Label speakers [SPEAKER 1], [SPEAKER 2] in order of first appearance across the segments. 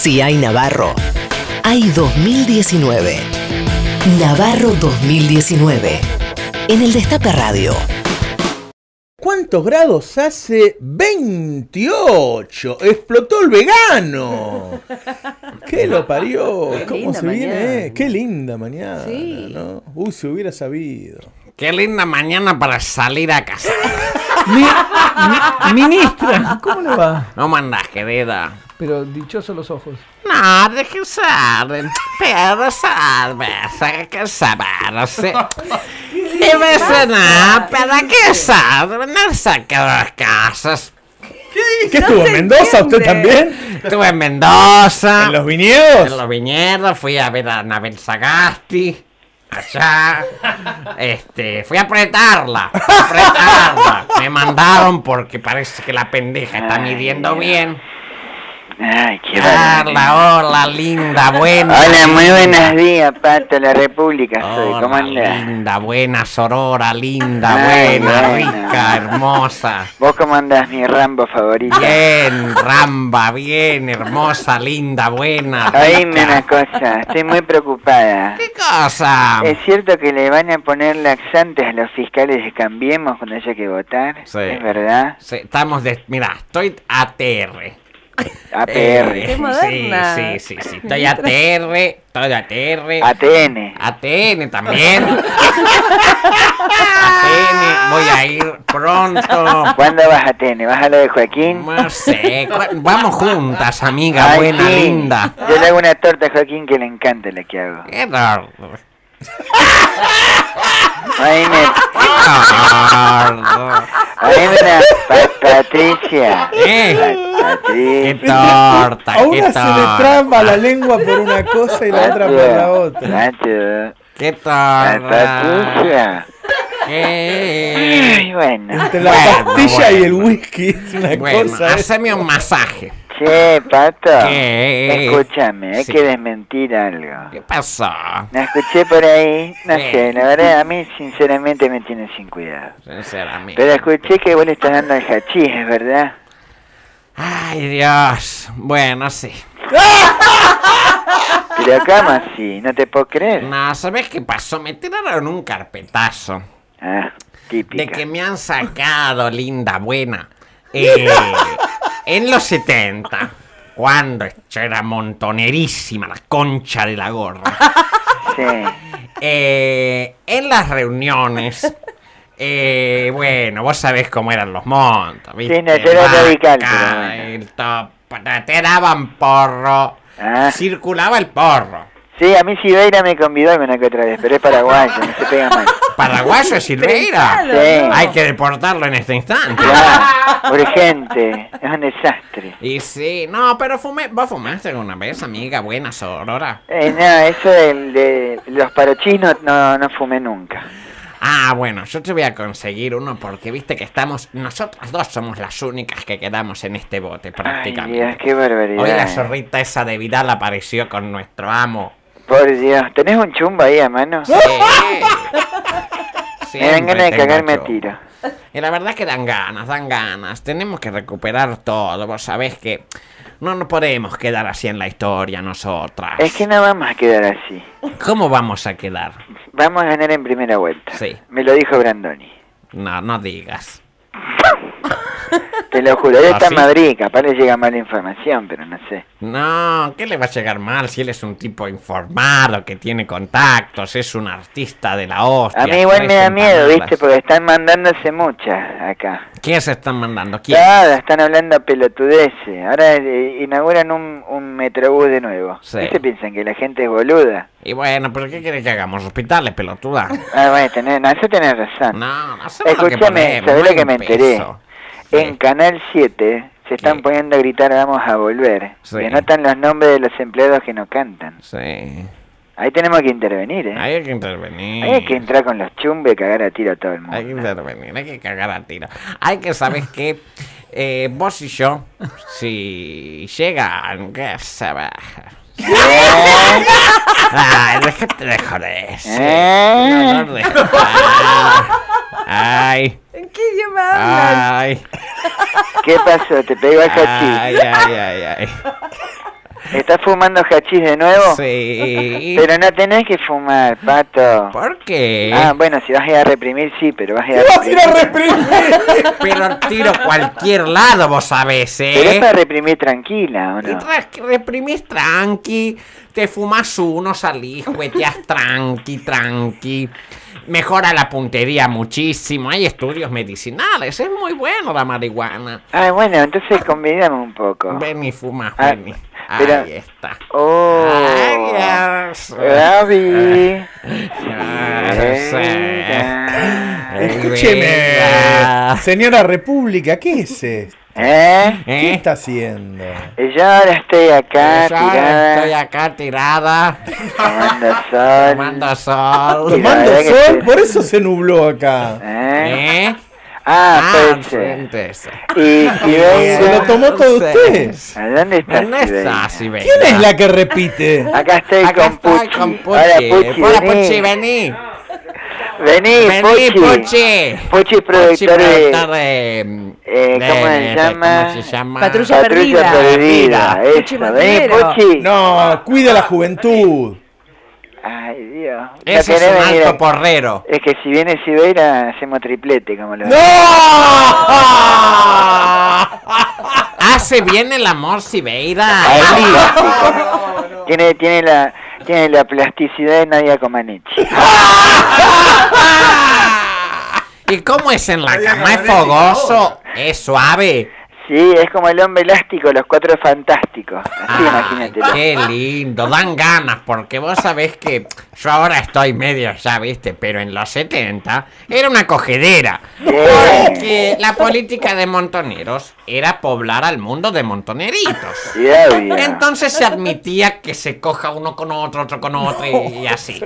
[SPEAKER 1] CI Navarro. Hay 2019. Navarro 2019. En el Destape Radio.
[SPEAKER 2] ¿Cuántos grados hace? 28. Explotó el vegano. ¿Qué lo parió?
[SPEAKER 3] Qué
[SPEAKER 2] ¿Cómo
[SPEAKER 3] linda
[SPEAKER 2] se viene?
[SPEAKER 3] mañana.
[SPEAKER 2] eh? Qué linda mañana,
[SPEAKER 3] Sí.
[SPEAKER 2] ¿no? Uy, si hubiera sabido.
[SPEAKER 4] Qué linda mañana para salir a casa. ministra.
[SPEAKER 5] Ah, ¿Cómo le va?
[SPEAKER 4] No mandas, querida.
[SPEAKER 5] Pero dichosos los ojos.
[SPEAKER 4] No, deje saber, pero saber, que saberse. Y me cenar, para que saber, no saque las casas.
[SPEAKER 2] ¿Qué estuvo en Mendoza usted también?
[SPEAKER 4] Estuve en Mendoza,
[SPEAKER 3] Ah.
[SPEAKER 2] ¿En los viñedos?
[SPEAKER 4] en los viñedos, fui a ver a Anabel Sagasti, allá. Este, fui a apretarla, a apretarla. Me mandaron porque parece que la pendeja está midiendo bien.
[SPEAKER 6] Ay, qué barbaridad.
[SPEAKER 4] Hola, hola, linda, buena.
[SPEAKER 6] Ah, Hola, muy buenos días, Pato, la República soy. ¿Cómo
[SPEAKER 4] Hola,
[SPEAKER 6] andás?
[SPEAKER 4] linda, buena, sorora, linda,
[SPEAKER 6] Ay,
[SPEAKER 4] buena,
[SPEAKER 6] bueno.
[SPEAKER 4] rica, hermosa.
[SPEAKER 6] ¿Vos cómo andás, mi Rambo favorito?
[SPEAKER 4] Bien, ramba, bien, hermosa, linda, buena.
[SPEAKER 6] Oíme
[SPEAKER 4] rica.
[SPEAKER 6] una cosa, estoy muy preocupada.
[SPEAKER 4] ¿Qué cosa?
[SPEAKER 6] ¿Es cierto que le van a poner laxantes a los fiscales de Cambiemos cuando haya que votar?
[SPEAKER 4] Sí.
[SPEAKER 6] ¿Es verdad?
[SPEAKER 4] Sí, Estamos de... Mira, estoy ATR.
[SPEAKER 6] APR.
[SPEAKER 4] Eh,
[SPEAKER 3] Qué moderna.
[SPEAKER 4] Sí, sí, sí, sí. Estoy ATR, estoy ATR.
[SPEAKER 6] ATN.
[SPEAKER 4] ATN también. ATN, voy a ir pronto.
[SPEAKER 6] ¿Cuándo vas a ATN? ¿Vas a lo de Joaquín?
[SPEAKER 4] No sé, cu- vamos juntas, amiga
[SPEAKER 6] Ay,
[SPEAKER 4] buena,
[SPEAKER 6] sí.
[SPEAKER 4] linda.
[SPEAKER 6] Yo le hago una torta a Joaquín que le encanta la que hago.
[SPEAKER 4] Qué raro.
[SPEAKER 6] Ay, me... Ay, mira, Pa- Patricia.
[SPEAKER 4] Eh, qué
[SPEAKER 6] Patricia.
[SPEAKER 4] torta,
[SPEAKER 2] A
[SPEAKER 4] qué
[SPEAKER 2] una se le
[SPEAKER 4] torta.
[SPEAKER 2] traba la lengua por una cosa y la otra por pues, la otra.
[SPEAKER 6] Nacho,
[SPEAKER 4] Qué Ah,
[SPEAKER 6] la
[SPEAKER 4] torta.
[SPEAKER 6] Patricia.
[SPEAKER 4] Eh,
[SPEAKER 6] Ay, bueno.
[SPEAKER 2] Entre la
[SPEAKER 4] Bueno,
[SPEAKER 2] pastilla y el
[SPEAKER 4] bueno.
[SPEAKER 2] whisky es una
[SPEAKER 4] Bueno,
[SPEAKER 2] cosa. es-
[SPEAKER 4] haceme un masaje.
[SPEAKER 6] Che, Pato.
[SPEAKER 4] ¿Qué?
[SPEAKER 6] Escúchame, hay
[SPEAKER 4] Sí.
[SPEAKER 6] que desmentir algo.
[SPEAKER 4] ¿Qué pasó?
[SPEAKER 6] La escuché por ahí, no
[SPEAKER 4] Sí.
[SPEAKER 6] sé, la verdad a mí sinceramente me tiene sin cuidado.
[SPEAKER 4] Sinceramente.
[SPEAKER 6] Pero escuché que vos le estás dando al hachís, es verdad.
[SPEAKER 4] Ay, Dios. Bueno, sí.
[SPEAKER 6] Pero acá más sí, no te puedo creer.
[SPEAKER 4] No, ¿sabes qué pasó? Me tiraron un carpetazo.
[SPEAKER 6] Ah, típica.
[SPEAKER 4] De que me han sacado, linda, buena. Eh, en los 70, cuando yo era montonerísima, la concha de la gorra.
[SPEAKER 6] Sí.
[SPEAKER 4] Eh, en las reuniones, eh, bueno, vos sabés cómo eran los montos, ¿viste?
[SPEAKER 6] Sí, no, yo era
[SPEAKER 4] Vaca,
[SPEAKER 6] radical, pero bueno.
[SPEAKER 4] el top, patata, te daban porro,
[SPEAKER 6] Ah.
[SPEAKER 4] circulaba el porro.
[SPEAKER 6] Sí, a mí Silveira me convidó alguna que otra vez, pero es paraguayo, no se pega mal.
[SPEAKER 4] Paraguayo Silveira.
[SPEAKER 6] Sí.
[SPEAKER 4] Hay que deportarlo en este instante.
[SPEAKER 6] Claro, urgente, es un desastre.
[SPEAKER 4] Y sí, no, pero fumé, vos fumaste alguna vez, amiga, buena sorora.
[SPEAKER 6] Eh, no, eso del- de los parochinos no, no fumé nunca.
[SPEAKER 4] Ah, bueno, yo te voy a conseguir uno porque viste que estamos, nosotras dos somos las únicas que quedamos en este bote
[SPEAKER 6] Ay,
[SPEAKER 4] prácticamente.
[SPEAKER 6] Dios, qué
[SPEAKER 4] Hoy la
[SPEAKER 6] barbaridad.
[SPEAKER 4] zorrita esa de Vidal apareció con nuestro amo.
[SPEAKER 6] Por Dios, ¿tenés un chumbo ahí a mano? Me dan ganas de cagarme a tiro.
[SPEAKER 4] Y la verdad que dan ganas, dan ganas. Tenemos que recuperar todo. Vos sabés que no nos podemos quedar así en la historia nosotras.
[SPEAKER 6] Es que no vamos a quedar así.
[SPEAKER 4] ¿Cómo vamos a quedar?
[SPEAKER 6] Vamos a ganar en primera vuelta.
[SPEAKER 4] Sí.
[SPEAKER 6] Me lo dijo Brandoni.
[SPEAKER 4] No, no digas.
[SPEAKER 6] Te lo juro, él
[SPEAKER 4] ¿Ah,
[SPEAKER 6] está
[SPEAKER 4] sí?
[SPEAKER 6] en Madrid, capaz le llega mala información, pero no sé.
[SPEAKER 4] No, ¿qué le va a llegar mal si él es un tipo informado, que tiene contactos, es un artista de la hostia?
[SPEAKER 6] A mí igual me da
[SPEAKER 4] tres
[SPEAKER 6] miedo,
[SPEAKER 4] empanadas?
[SPEAKER 6] ¿viste? Porque están mandándose muchas acá.
[SPEAKER 4] ¿Quién se están mandando? ¿Quién?
[SPEAKER 6] Claro, están hablando pelotudeces. Ahora eh, inauguran un, un metrobús de nuevo.
[SPEAKER 4] Sí.
[SPEAKER 6] ¿Viste? Piensan que la gente es boluda.
[SPEAKER 4] Y bueno, ¿pero qué querés que hagamos? ¿Hospitales, pelotuda?
[SPEAKER 6] Ah, bueno, tenés, no, eso tenés razón.
[SPEAKER 4] No, no sé lo que
[SPEAKER 6] Escúchame,
[SPEAKER 4] podemos,
[SPEAKER 6] ¿sabés
[SPEAKER 4] no
[SPEAKER 6] lo
[SPEAKER 4] hay
[SPEAKER 6] que
[SPEAKER 4] un
[SPEAKER 6] me enteré?
[SPEAKER 4] peso.
[SPEAKER 6] En
[SPEAKER 4] Sí.
[SPEAKER 6] Canal 7 se están
[SPEAKER 4] Sí.
[SPEAKER 6] poniendo a gritar vamos a volver.
[SPEAKER 4] Sí.
[SPEAKER 6] Y anotan los nombres de los empleados que no cantan.
[SPEAKER 4] Sí.
[SPEAKER 6] Ahí tenemos que intervenir, ¿eh?
[SPEAKER 4] Hay que intervenir.
[SPEAKER 6] Hay que entrar con los chumbes y cagar a tiro a todo el mundo.
[SPEAKER 4] Hay que intervenir, hay que cagar a tiro. Hay que saber que eh, vos y yo, si llegan, que se va.
[SPEAKER 6] ¿Eh?
[SPEAKER 4] Ay, déjate de joder. sí.
[SPEAKER 6] ¿Eh?
[SPEAKER 4] No, no, de- Ah. Ay,
[SPEAKER 3] ¿En qué idioma hablan?
[SPEAKER 4] ay,
[SPEAKER 6] ¿Qué pasó? ¿Te pegó el
[SPEAKER 4] ay,
[SPEAKER 6] cachí?
[SPEAKER 4] ay, ay, ay.
[SPEAKER 6] ¿Estás fumando hachís de nuevo?
[SPEAKER 4] Sí.
[SPEAKER 6] Pero no tenés que fumar, pato.
[SPEAKER 4] ¿Por qué?
[SPEAKER 6] Ah, bueno, si vas a ir a reprimir, sí, pero vas a ir a
[SPEAKER 2] ¿Qué vas a ir a
[SPEAKER 6] reprimir.
[SPEAKER 2] reprimir?
[SPEAKER 4] Pero tiro cualquier lado, vos sabés,
[SPEAKER 6] Pero es
[SPEAKER 4] ¿eh?
[SPEAKER 6] para reprimir tranquila, ¿o
[SPEAKER 4] Y
[SPEAKER 6] no?
[SPEAKER 4] tras que reprimís tranqui, te fumas uno, salís, jueteas tranqui, tranqui. Mejora la puntería muchísimo, hay estudios medicinales, es muy bueno la marihuana.
[SPEAKER 6] Ah, bueno, entonces convidame un poco.
[SPEAKER 4] Ven y fumas,
[SPEAKER 6] Ah,
[SPEAKER 4] ven y-
[SPEAKER 6] pero-
[SPEAKER 4] Ahí está.
[SPEAKER 6] Oh.
[SPEAKER 4] Ay, Dios.
[SPEAKER 6] Gaby.
[SPEAKER 4] Ah, sí.
[SPEAKER 6] Venga.
[SPEAKER 2] Escúcheme, señora República, ¿qué es esto?
[SPEAKER 6] ¿Eh?
[SPEAKER 2] ¿Qué
[SPEAKER 4] ¿Eh?
[SPEAKER 2] está haciendo?
[SPEAKER 6] Y Yo ahora estoy acá,
[SPEAKER 4] Yo ahora estoy
[SPEAKER 6] tirada,
[SPEAKER 4] acá tirada,
[SPEAKER 6] tomando sol.
[SPEAKER 4] tomando sol.
[SPEAKER 2] Tomando
[SPEAKER 6] verdad que
[SPEAKER 2] sol,
[SPEAKER 6] sí.
[SPEAKER 2] por eso se nubló acá.
[SPEAKER 6] ¿Eh?
[SPEAKER 4] ¿Eh?
[SPEAKER 6] Ah,
[SPEAKER 4] Ah,
[SPEAKER 6] puede ser.
[SPEAKER 4] entonces.
[SPEAKER 2] Se
[SPEAKER 6] Y
[SPEAKER 2] lo
[SPEAKER 6] Sibeira.
[SPEAKER 2] tomó todo usted.
[SPEAKER 6] ¿A dónde está
[SPEAKER 4] ¿Dónde
[SPEAKER 6] Sibeira?
[SPEAKER 4] está Sibeira?
[SPEAKER 2] ¿Quién es la que repite?
[SPEAKER 6] Acá estoy
[SPEAKER 4] Acá
[SPEAKER 6] con
[SPEAKER 4] estoy
[SPEAKER 6] Puchi.
[SPEAKER 4] con Puchi.
[SPEAKER 6] Hola, Puchi.
[SPEAKER 4] Hola,
[SPEAKER 6] vení.
[SPEAKER 4] Puchi, vení.
[SPEAKER 6] Vení,
[SPEAKER 4] Vení,
[SPEAKER 6] Puchi.
[SPEAKER 4] Puchi.
[SPEAKER 6] Puchi, productor
[SPEAKER 4] productor
[SPEAKER 6] de
[SPEAKER 4] de...
[SPEAKER 6] eh, ¿cómo se llama?
[SPEAKER 4] ¿Cómo se llama?
[SPEAKER 3] Patrulla Perdida.
[SPEAKER 6] Patrulla Perdida.
[SPEAKER 4] Perdida.
[SPEAKER 3] Puchi
[SPEAKER 6] Eso, vení,
[SPEAKER 3] Matinero.
[SPEAKER 6] Puchi.
[SPEAKER 2] No, cuida la juventud.
[SPEAKER 6] Ay, Dios. No
[SPEAKER 4] Ese es
[SPEAKER 6] querés
[SPEAKER 4] un
[SPEAKER 6] venir
[SPEAKER 4] alto
[SPEAKER 6] a-
[SPEAKER 4] porrero.
[SPEAKER 6] Es que si viene Sibeira, hacemos triplete, como lo
[SPEAKER 2] ¡No!
[SPEAKER 4] Hace bien Ah, el amor, Sibeira.
[SPEAKER 6] Ahí, tiene, tiene, la, tiene la plasticidad de Nadia Comaneci.
[SPEAKER 4] ¿Y cómo es en la cama? ¿Es fogoso? ¿Es suave?
[SPEAKER 6] Sí, es como el hombre elástico, los cuatro fantásticos. Así,
[SPEAKER 4] Ay,
[SPEAKER 6] imagínatelo.
[SPEAKER 4] Ah, qué lindo, dan ganas, porque vos sabés que yo ahora estoy medio ya, viste, pero en los 70 era una cogedera. Porque la política de montoneros era poblar al mundo de montoneritos.
[SPEAKER 6] Y había.
[SPEAKER 4] Entonces se admitía que se coja uno con otro, otro con otro y, y así.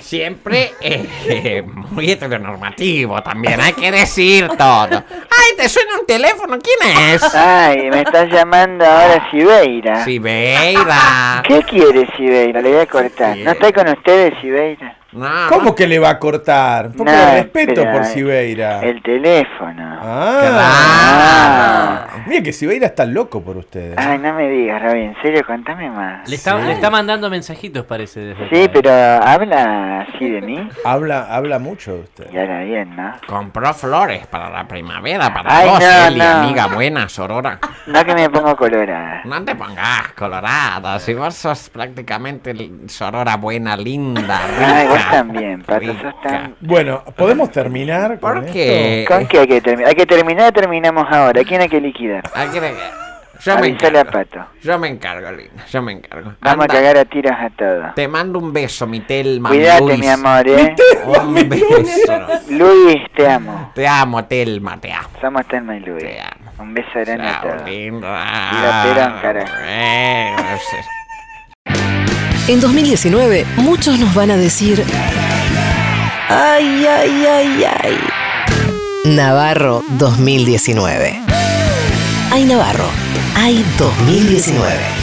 [SPEAKER 4] Siempre eh, eh, muy heteronormativo también, hay que decir todo. ¡Ay, te suena un teléfono! ¿Quién es?
[SPEAKER 6] Ah. Ay, me estás llamando ahora Sibeira.
[SPEAKER 4] Sibeira.
[SPEAKER 6] ¿Qué quiere Sibeira? Le voy a cortar.
[SPEAKER 4] Sí.
[SPEAKER 6] ¿No estoy con ustedes, Sibeira?
[SPEAKER 4] No,
[SPEAKER 2] ¿Cómo que le va a cortar? Un poco
[SPEAKER 6] No,
[SPEAKER 2] de respeto
[SPEAKER 6] pero,
[SPEAKER 2] por
[SPEAKER 6] eh,
[SPEAKER 2] Sibeira.
[SPEAKER 6] El teléfono.
[SPEAKER 2] Ah. Mira que Sibeira está loco por ustedes.
[SPEAKER 6] Ay, no me digas, Robbie, en serio, contame más.
[SPEAKER 5] Le está,
[SPEAKER 2] Sí.
[SPEAKER 5] le está mandando mensajitos, parece. desde
[SPEAKER 6] Sí,
[SPEAKER 5] acá.
[SPEAKER 6] pero habla así de mí.
[SPEAKER 2] Habla, habla mucho de
[SPEAKER 6] Y
[SPEAKER 2] ustedes.
[SPEAKER 6] ahora bien, ¿no?
[SPEAKER 4] Compró flores para la primavera, para
[SPEAKER 6] Ay,
[SPEAKER 4] vos,
[SPEAKER 6] no,
[SPEAKER 4] Eli,
[SPEAKER 6] no.
[SPEAKER 4] amiga buena, Sorora.
[SPEAKER 6] No que me pongo colorada.
[SPEAKER 4] No te pongas colorada, si vos sos prácticamente el Sorora buena, linda, rica.
[SPEAKER 6] Ay, vos también, Pato,
[SPEAKER 4] rica.
[SPEAKER 6] sos tan...
[SPEAKER 2] Bueno, ¿podemos terminar con
[SPEAKER 4] ¿Por qué? Eh,
[SPEAKER 6] ¿Con qué hay que terminar? Hay que terminar, terminamos ahora. ¿Quién hay que liquidar?
[SPEAKER 4] Hay que- Yo me
[SPEAKER 6] Avisale a
[SPEAKER 4] encargo.
[SPEAKER 6] Pato.
[SPEAKER 4] Yo me encargo, linda, yo me encargo.
[SPEAKER 6] Vamos
[SPEAKER 4] Anda,
[SPEAKER 6] a cagar a tiros a todo.
[SPEAKER 4] Te mando un beso, mi Telma. mi
[SPEAKER 6] Cuídate,
[SPEAKER 4] Luis.
[SPEAKER 6] mi amor, ¿eh?
[SPEAKER 4] Un beso.
[SPEAKER 6] Luis, te amo.
[SPEAKER 4] Te amo, Telma, te amo.
[SPEAKER 6] Somos Telma y Luis.
[SPEAKER 4] Te amo.
[SPEAKER 6] Un beso grande a
[SPEAKER 4] Chao,
[SPEAKER 6] todos.
[SPEAKER 4] linda.
[SPEAKER 6] la pera en cara.
[SPEAKER 4] Eh, no sé.
[SPEAKER 1] En 2019, muchos nos van a decir. Ay, ay, ay, ay. Navarro 2019. Ay, Navarro. Ay, 2019.